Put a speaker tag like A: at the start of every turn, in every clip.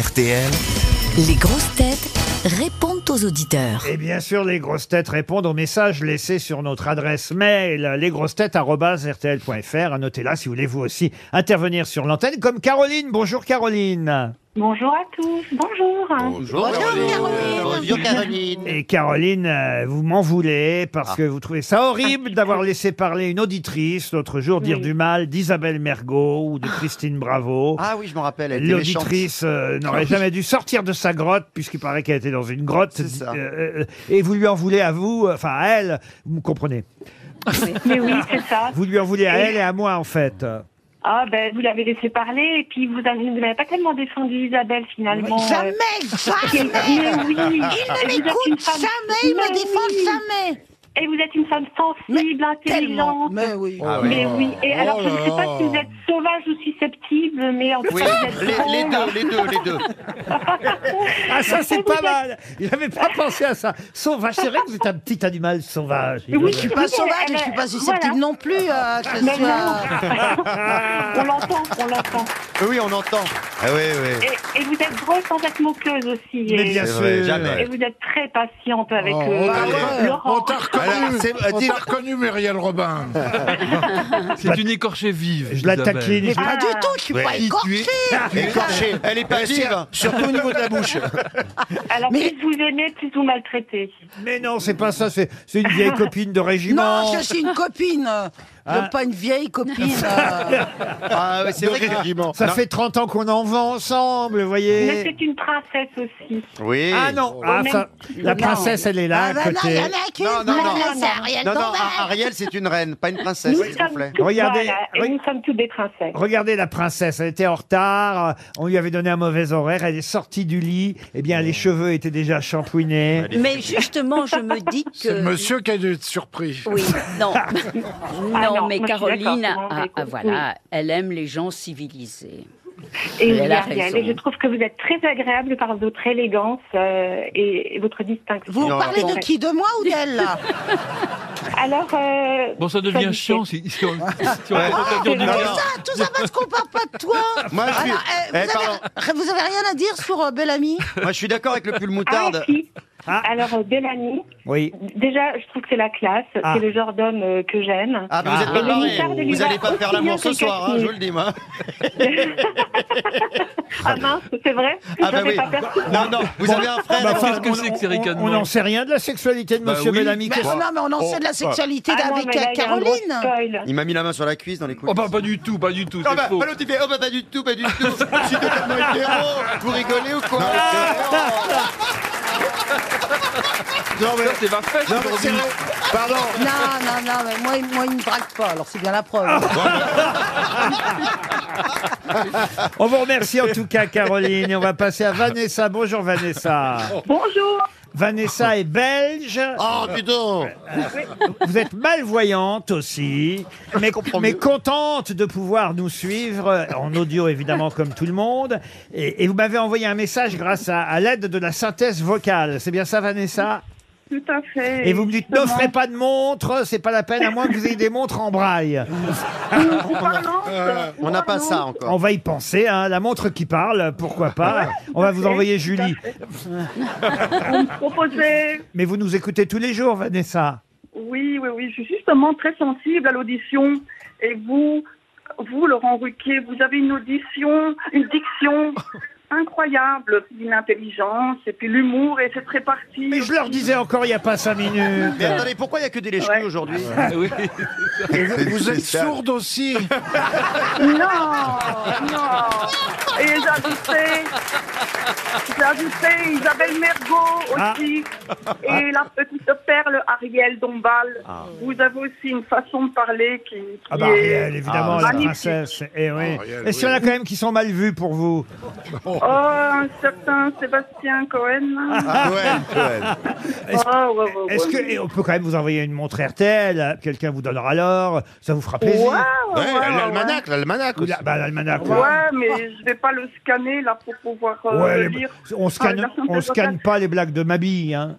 A: RTL.
B: Les grosses têtes répondent aux auditeurs.
C: Et bien sûr, les grosses têtes répondent aux messages laissés sur notre adresse mail, lesgrossetêtes.rtl.fr. À noter là, si vous voulez vous aussi intervenir sur l'antenne, comme Caroline. Bonjour Caroline.
D: Bonjour à tous, bonjour.
E: Bonjour, Caroline. Bonjour Caroline.
C: Et Caroline, euh, vous m'en voulez parce
E: Ah.
C: que vous trouvez ça horrible d'avoir laissé parler une auditrice l'autre jour dire du mal d'Isabelle Mergot ou de Christine Bravo.
E: Ah oui, je me rappelle, elle était méchante. Ah
C: L'auditrice euh, n'aurait jamais dû sortir de sa grotte, puisqu'il paraît qu'elle était dans une grotte.
E: ça.
C: Euh, euh, et vous lui en voulez à vous, euh, enfin à elle, vous me comprenez.
D: Mais oui, c'est ça.
C: Vous lui en voulez à elle et à moi, en fait.
D: Ah ben, vous l'avez laissé parler et puis vous avez- vous n'avez pas tellement défendu Isabelle finalement.
F: Jamais,
D: euh, qui
F: jamais.
D: est- Mais oui.
F: Il
D: Et
F: ne
D: vous êtes une
F: m'écoute
D: femme-
F: jamais, il me
D: Mais
F: défend
D: oui.
F: jamais.
D: Et vous êtes une femme sensible,
F: Tellement.
D: intelligente.
F: Mais oui.
E: Ah ouais.
D: Mais oui, et alors je ne sais
G: Oh là.
D: pas si vous êtes sauvage ou susceptible, mais en tout
E: Oui,
D: cas vous êtes
E: les, les
D: drôle.
E: deux, les deux, les deux.
C: Ah, ça, c'est pas mal J'avais pas pensé à ça. Sauvage, c'est vrai que vous êtes un petit animal sauvage.
D: Oui,
F: Je suis pas
D: Oui,
F: sauvage
D: elle-
F: et je suis pas
D: elle-
F: susceptible
D: voilà.
F: non plus. euh, que ce
D: Mais
F: soit...
D: non. on l'entend, on l'entend.
E: Oui, on entend.
G: Ah oui, oui.
D: Et, et vous êtes drôle sans être moqueuse aussi.
C: Mais
D: et,
C: bien
G: C'est
C: sûr.
G: vrai,
D: et
G: jamais.
D: vous êtes très patiente avec
G: Oh,
D: euh,
G: bah
F: ouais.
D: Laurent.
G: On t'a reconnu,
H: Alors, c'est- euh,
G: on
H: dis-
G: t'a reconnu, Muriel Robin.
I: C'est une écorchée vive.
C: Je la
I: Isabelle.
C: taquine. je-
F: Pas du tout, je suis
G: Ouais.
F: pas
G: Qui
F: écorchée.
E: Écorchée. Elle est passive.
G: Surtout au niveau de la bouche.
D: ah, Alors
F: Mais-
D: plus vous aimez, plus vous maltraitez.
C: Mais non, c'est pas ça. C'est c'est une vieille copine de régiment.
F: Non, je suis une copine. euh,
C: Ah.
F: Pas une vieille copine. euh.
E: Ah oui, c'est vrai que...
C: Ça
E: Non.
C: fait 30 ans qu'on en vend ensemble, vous
D: Mais
C: voyez.
D: c'est une princesse aussi.
E: Oui.
C: Ah
G: Eh,
C: non, ah,
D: même-
C: ça, la
F: Non.
C: princesse, elle est là
F: Ah
C: à
F: bah non,
C: côté.
F: il y en a qu'une.
E: Non, non, non.
F: là, c'est Ariel
E: Non, non,
F: Dombal.
E: Ar- Ariel, c'est une reine, pas une princesse,
D: Nous
E: s'il vous
D: sommes
E: plaît.
D: toutes,
C: Regardez,
D: voilà, et
C: re-
D: nous sommes toutes des princesses.
C: Regardez la princesse, elle était en retard, euh, on lui avait donné un mauvais horaire, elle est sortie du lit, eh bien les cheveux étaient déjà shampouinés.
J: Mais justement, je me dis
G: C'est le
D: Euh,
J: que.
G: monsieur qui a dû être surpris.
J: Oui, non.
D: Ah
J: non,
D: non,
J: mais
D: moi, je suis d'accord,
J: Caroline, a-
D: Laurent,
J: a-
D: écoute,
J: voilà, elle aime les gens civilisés.
D: Et
J: Elle
D: oui,
J: a
D: Ariel,
J: raison.
D: et je trouve que vous êtes très agréable par votre élégance euh, et, et votre distinction.
F: Vous
E: Non,
F: parlez
D: non.
F: de qui De moi ou d'elle là
D: Alors, euh,
I: Bon, ça devient
D: choisissez.
I: chiant si, si on, si on raconte la dure du
D: Non,
F: Tout
I: mal.
F: ça, tout ça parce qu'on parle pas de toi.
E: Moi,
D: Ah
E: je suis-
D: euh,
F: Alors, eh, vous,
E: Eh,
F: avez, vous avez rien à dire sur euh, Bellamy
E: Moi, je suis d'accord avec le pull
D: Ah,
E: moutarde.
D: si.
C: Ah.
D: Alors, euh, Bellamy,
C: Oui.
D: déjà, je trouve que c'est la classe,
C: Ah.
D: c'est le genre d'homme euh, que j'aime.
E: Ah, mais vous êtes
D: Et
E: pas
D: le moutarde
E: pareil.
D: lui
E: Vous
D: va
E: allez pas
D: aussi
E: faire
D: bien
E: l'amour
D: que
E: ce
D: le
E: soir, hein,
D: casting.
E: je vous le dis, moi.
D: Ah mince, c'est vrai
E: Ah bah
D: J'avais
E: oui.
D: pas perçu.
E: Non, non, vous avez un frère.
C: Bah,
E: avec-
C: enfin,
I: qu'est-ce que
C: on-
I: c'est que ces
C: on-
I: ricanements
C: On n'en sait rien de la sexualité de
I: Bah
C: Monsieur
I: oui.
C: Bellamy.
F: Mais
C: Qu'est-ce-
F: Non, mais on en sait de la sexualité
D: Ah non,
F: avec
D: mais là,
F: euh,
D: il y a un gros
F: Caroline.
D: spoil.
E: Il m'a mis la main sur la cuisse dans les couilles.
I: Oh, bah, pas du tout, pas du tout.
E: Ah
I: c'est
E: bah,
I: faux.
E: bah l'autre il fait oh bah pas du tout, pas du tout, je suis totalement hétéro, vous rigolez ou quoi
G: Non, mais,
I: Ça, c'est ma fête
G: non, mais c'est
I: aujourd'hui.
G: vrai. Pardon.
F: Non, non, non, mais moi, il- moi, il me drague pas, alors c'est bien la preuve.
C: On vous remercie en tout cas, Caroline. Et on va passer à Vanessa. Bonjour Vanessa.
D: Bonjour
C: Vanessa est belge.
G: Oh, putain.
C: Vous êtes malvoyante aussi, mais, mais contente de pouvoir nous suivre euh, en audio évidemment comme tout le monde. Et, et vous m'avez envoyé un message grâce à, à l'aide de la synthèse vocale. C'est bien ça, Vanessa
D: Tout à fait.
C: Et vous me dites n'offrez pas de montre, c'est pas la peine à moins que vous ayez des montres en braille.
E: Euh, On n'a pas ça hein. encore.
C: On va y penser, hein, la montre qui parle, pourquoi
D: Ah
C: pas. On va vous envoyer Julie.
D: Proposer.
C: Mais vous nous écoutez tous les jours, Vanessa.
D: Oui, oui, oui. Je suis justement très sensible à l'audition. Et vous, vous, Laurent Ruquier, vous avez une audition, une diction incroyable, puis l'intelligence et puis l'humour et c'est très parti.
C: Mais je leur disais encore il n'y a pas cinq minutes.
E: Mais attendez, pourquoi il n'y a que des lèches
D: Ouais.
E: aujourd'hui
I: Ah Oui.
G: Vous êtes
H: spécial.
G: sourde aussi.
D: Non, non. Et j'ai ajouté, j'ai ajouté Isabelle Mergot aussi
C: Ah.
D: et la petite perle Ariel Dombal. Vous avez aussi une façon de parler qui, qui
C: Ah bah
D: est
C: Ariel, évidemment,
E: Ah,
C: la
D: magnifique. Ah,
C: princesse. Et oui.
G: Ariel,
C: Et s'il y en a quand même qui sont mal vus pour vous.
D: Oh, un certain Sébastien Cohen.
G: Ah, ouais.
D: Oh, ouais, ouais, ouais.
C: Ah, Est-ce que et on peut quand même vous envoyer une montre RTL Quelqu'un vous donnera l'or, ça vous fera plaisir.
D: Ouais, ouais,
G: Ouais,
D: ouais,
G: l'almanach, l'almanach
C: Ou
G: aussi.
C: la- bah, l'almanach.
D: ouais. Ouais, mais je vais pas le scanner là pour pouvoir euh,
C: Ouais,
D: le
C: les-
D: lire.
C: on scanne,
D: Ah, la
C: on scanne pas les blagues de Mabille. Hein.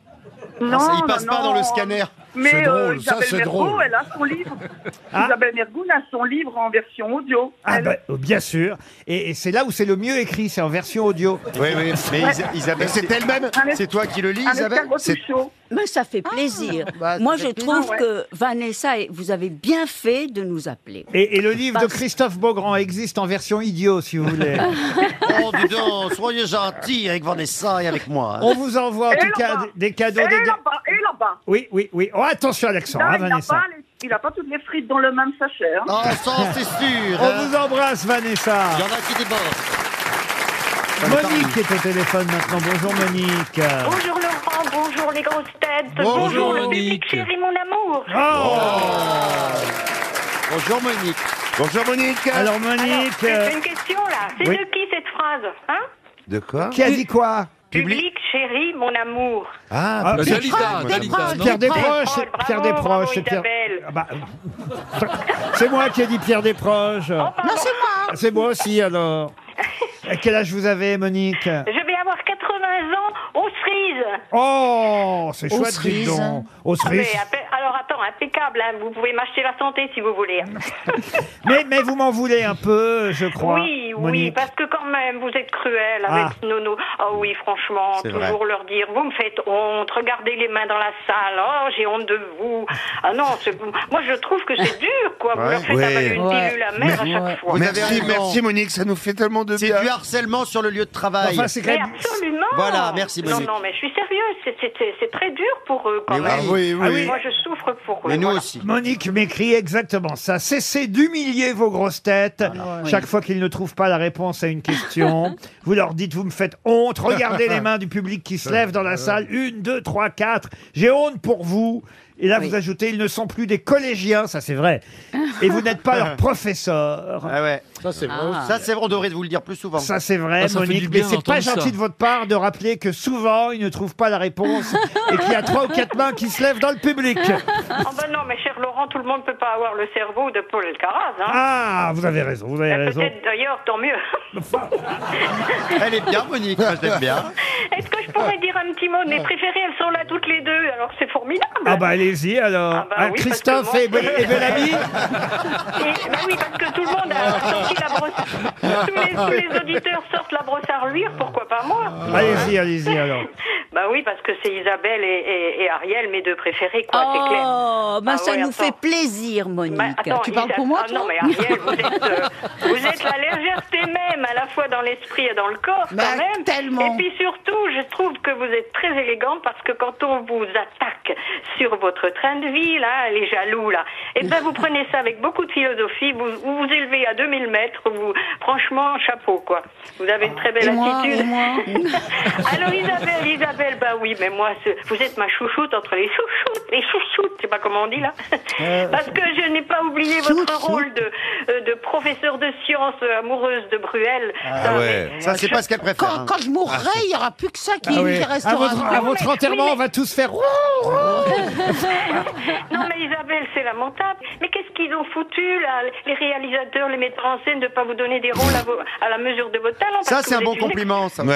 D: Non,
E: Il passe
D: Oh, non,
E: pas dans
D: non.
E: le scanner.
G: C'est
K: Mais euh,
G: drôle, ça,
K: Isabelle
G: c'est
K: Mergo,
G: drôle.
K: elle a son livre.
C: Ah.
K: Isabelle Mergo elle a son livre en version audio.
C: Ah
K: Elle-
C: bah, euh, bien sûr. Et, et c'est là où c'est le mieux écrit, c'est en version audio.
G: Oui, oui, mais Isa- Isabelle, c'est elle-même. C'est toi qui le lis,
K: avec
G: Isabelle
K: Cargo
G: C'est-
K: Tuchot.
J: Mais ça
D: Ah.
J: fait plaisir.
F: bah, ça
J: Moi,
F: fait
J: je
F: plaisir,
J: trouve
K: ouais.
J: que Vanessa, et- vous avez bien fait de nous appeler.
C: Et, et le livre de
J: Parce-
C: Christophe Beaugrand existe en version idiot, si vous voulez.
G: Oh, dis donc, soyez gentil avec Vanessa et avec moi.
C: On vous envoie en
K: Et
C: tout cas
K: là-bas.
C: des des
K: Et
C: cadeaux. Des... ga-
K: là-bas, et là-bas.
C: Oui, oui, oui. Oh, attention à l'accent,
K: Là,
C: hein,
K: il n'a
C: Vanessa.
K: pas, les- il a pas toutes les frites dans le même sachet. hein.
G: Ah, ça, c'est sûr.
C: On
G: hein.
C: vous embrasse, Vanessa.
G: Il y en a qui débordent.
C: Monique est au téléphone maintenant. Bonjour, Monique.
D: Bonjour Laurent, bonjour les grosses têtes,
I: Bonjour,
D: le public
I: Monique.
D: chéri, mon amour.
C: Oh
G: Bonjour, Monique.
E: Bonjour Monique.
C: Alors,
D: Alors,
C: Monique,
D: j'ai
C: euh,
D: une question là, c'est
C: oui.
D: de qui cette phrase hein
E: De quoi
C: qui a dit quoi
E: Public-
D: Public chéri, mon amour.
C: Ah,
E: Ah,
I: Euh,
C: Pierre-
I: Dalida, Dalida, non
C: Pierre Desproges,
D: Bravo,
C: c'est Pierre
D: bravo,
C: Desproges, c'est Pierre.
D: Isabelle.
C: Ah bah, c'est moi qui ai dit Pierre Desproges.
D: Oh,
F: Non, c'est
D: Ah,
F: moi.
C: C'est moi aussi alors. À quel âge vous avez, Monique
D: Je vais avoir 80 ans aux cerises.
C: Oh, c'est
F: Aux
C: chouette, dis
F: cerises.
C: donc. Aux
D: Ah, mais
C: cerises.
D: impe- alors attends, impeccable, hein, vous pouvez m'acheter la santé si vous voulez. hein.
C: Mais, mais vous m'en voulez un peu, je crois.
D: Oui, oui,
C: Monique.
D: parce que quand même, vous êtes cruel avec Nono. Ah oui, franchement,
G: C'est
D: toujours
G: vrai.
D: leur dire, vous me faites honte, regardez les mains dans la salle, oh, j'ai honte de vous. Ah non, c'est- moi je trouve que c'est dur, quoi. Vous
G: Ouais.
D: leur faites
E: Ouais.
D: avaler une
F: Ouais.
D: pilule amère à chaque fois.
G: Vous avez
E: Merci,
G: raison.
E: merci Monique, ça nous fait tellement de
G: C'est
E: bien.
G: du harcèlement sur le lieu de travail.
C: Enfin, c'est quand
D: Mais
C: même.
D: absolument
G: Voilà, merci,
D: Non,
G: Monique.
D: non, mais je suis sérieuse, c'est- c'est- c'est c'est très dur pour eux quand
G: Mais
E: Ah
D: même.
E: oui, oui.
C: Ah oui.
D: Moi je souffre pour eux.
G: Mais nous
D: voilà.
G: aussi.
C: Monique m'écrit exactement ça. Cessez d'humilier vos grosses têtes
I: Ah
C: chaque fois qu'ils ne trouvent pas la réponse à une question. vous leur dites, vous me faites honte. Regardez les mains du public qui se lève dans la salle. Une, deux, trois, quatre. J'ai honte pour vous. Et là,
J: Oui.
C: vous ajoutez, ils ne sont plus des collégiens, ça c'est vrai. Et vous n'êtes pas leur professeur.
G: Ah ouais.
F: Ça, c'est
J: vrai Ah. aussi.
G: Ça, c'est vrai, on devrait vous le dire plus souvent.
C: Ça, c'est vrai,
I: Ah, ça fait
C: Monique,
I: du bien
C: mais c'est pas
I: d'entendre
C: gentil
I: ça.
C: de votre part de rappeler que souvent, ils ne trouvent pas la réponse et qu'il y a trois ou quatre mains qui se lèvent dans le public.
D: Ah ben non, mais cher Laurent, tout le monde ne peut pas avoir le cerveau de Paul Alcaraz. Hein. Ben,
C: Ah, vous avez raison, vous avez raison.
D: Peut-être d'ailleurs, tant mieux.
G: Elle est bien, Monique. Moi, je l'aime bien.
D: Est-ce que je pourrais dire un petit mot de mes préférées Elles sont là toutes les deux, alors c'est formidable.
C: Ah bah allez-y alors.
D: Ah bah
C: Hein,
D: oui, parce que
C: Christophe
D: moi,
C: et,
D: c'est-
C: et Bellamy.
D: Et- bah oui, parce que tout le monde a sorti la brosse. Tous les, tous les auditeurs sortent la brosse à reluire, pourquoi pas moi
C: allez-y, allez-y alors.
D: Bah oui, parce que c'est Isabelle et, et- et Ariel, mes deux préférées, quoi, Ah, c'est clair.
J: Oh, ben
D: Ah
J: ça
D: ouais,
J: nous
D: attends.
J: fait plaisir, Monique.
D: Bah, attends,
F: tu parles
D: Isa-
F: pour moi,
D: ah
F: toi
D: Non, mais Ariel, vous êtes, euh, vous êtes la légèreté même, à la fois dans l'esprit et dans le corps,
F: Mais
D: quand même.
F: tellement.
D: Et puis surtout, je trouve que vous êtes très élégante parce que quand on vous attaque sur votre train de vie, là, les jaloux, là, et ben vous prenez ça avec beaucoup de philosophie, vous vous, vous élevez à 2000 mètres, vous, franchement, chapeau, quoi. Vous avez une très belle
F: Et moi,
D: attitude.
F: et moi.
D: Alors Isabelle, Isabelle, bah oui, mais moi, ce- vous êtes ma chouchoute entre les chouchoutes, les chouchoutes, je sais pas comment on dit là.
G: Euh,
D: Parce que je n'ai pas oublié votre
F: Chouchoute.
D: rôle de, euh, de professeur de sciences euh, amoureuse de Bruel.
G: Ah ouais. Ça, c'est pas ce qu'elle préfère.
F: Quand,
G: hein.
F: quand je
D: Ah,
F: mourrai, il n'y aura plus que ça qui,
C: Ah oui.
F: qui
C: À
F: restera.
C: votre, à
D: Non,
C: votre
D: mais-
C: enterrement,
D: oui, mais-
C: on va tous faire rouh, rouh.
D: Non mais Isabelle, c'est lamentable. Mais qu'est-ce qu'ils ont foutu là, les réalisateurs, les metteurs en scène, de pas vous donner des rôles à, vos- à la mesure de votre talent
G: Ça,
D: parce que
G: c'est un
D: vous
G: bon
D: êtes une-
G: compliment. Ça,
E: Ouais,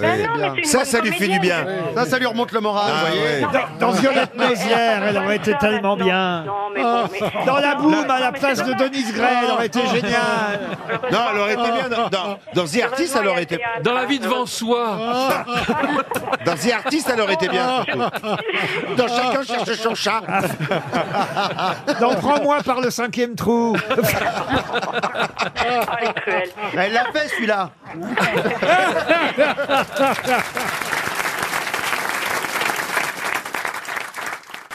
D: Ben
E: ouais.
D: non, mais c'est une
E: Ça,
D: bonne
E: ça lui fait du bien.
D: comédienne.
G: ça, ça lui remonte le moral.
E: Ah
G: vous voyez.
E: ouais.
C: Dans- Dans Violette Nozière, elle aurait été
D: Ça,
C: tellement
D: maintenant.
C: bien.
D: Non, mais
G: Ah.
D: bon, mais-
C: Dans la
D: Non,
C: boum,
D: mais
C: à la
D: non, mais
C: place
D: c'est
C: de
D: dommage.
C: Denise Gray, elle aurait été géniale.
E: Non, elle aurait été bien dans, dans, dans The Artist, elle aurait été
I: Dans la
D: Ah,
I: vie devant soi.
E: dans The Artist, elle aurait été bien.
D: Oh,
E: surtout.
G: Dans chacun cherche son chat.
C: Dans Prends-moi par le cinquième trou.
D: Ah, elle est cruelle.
G: Elle l'a fait, celui-là.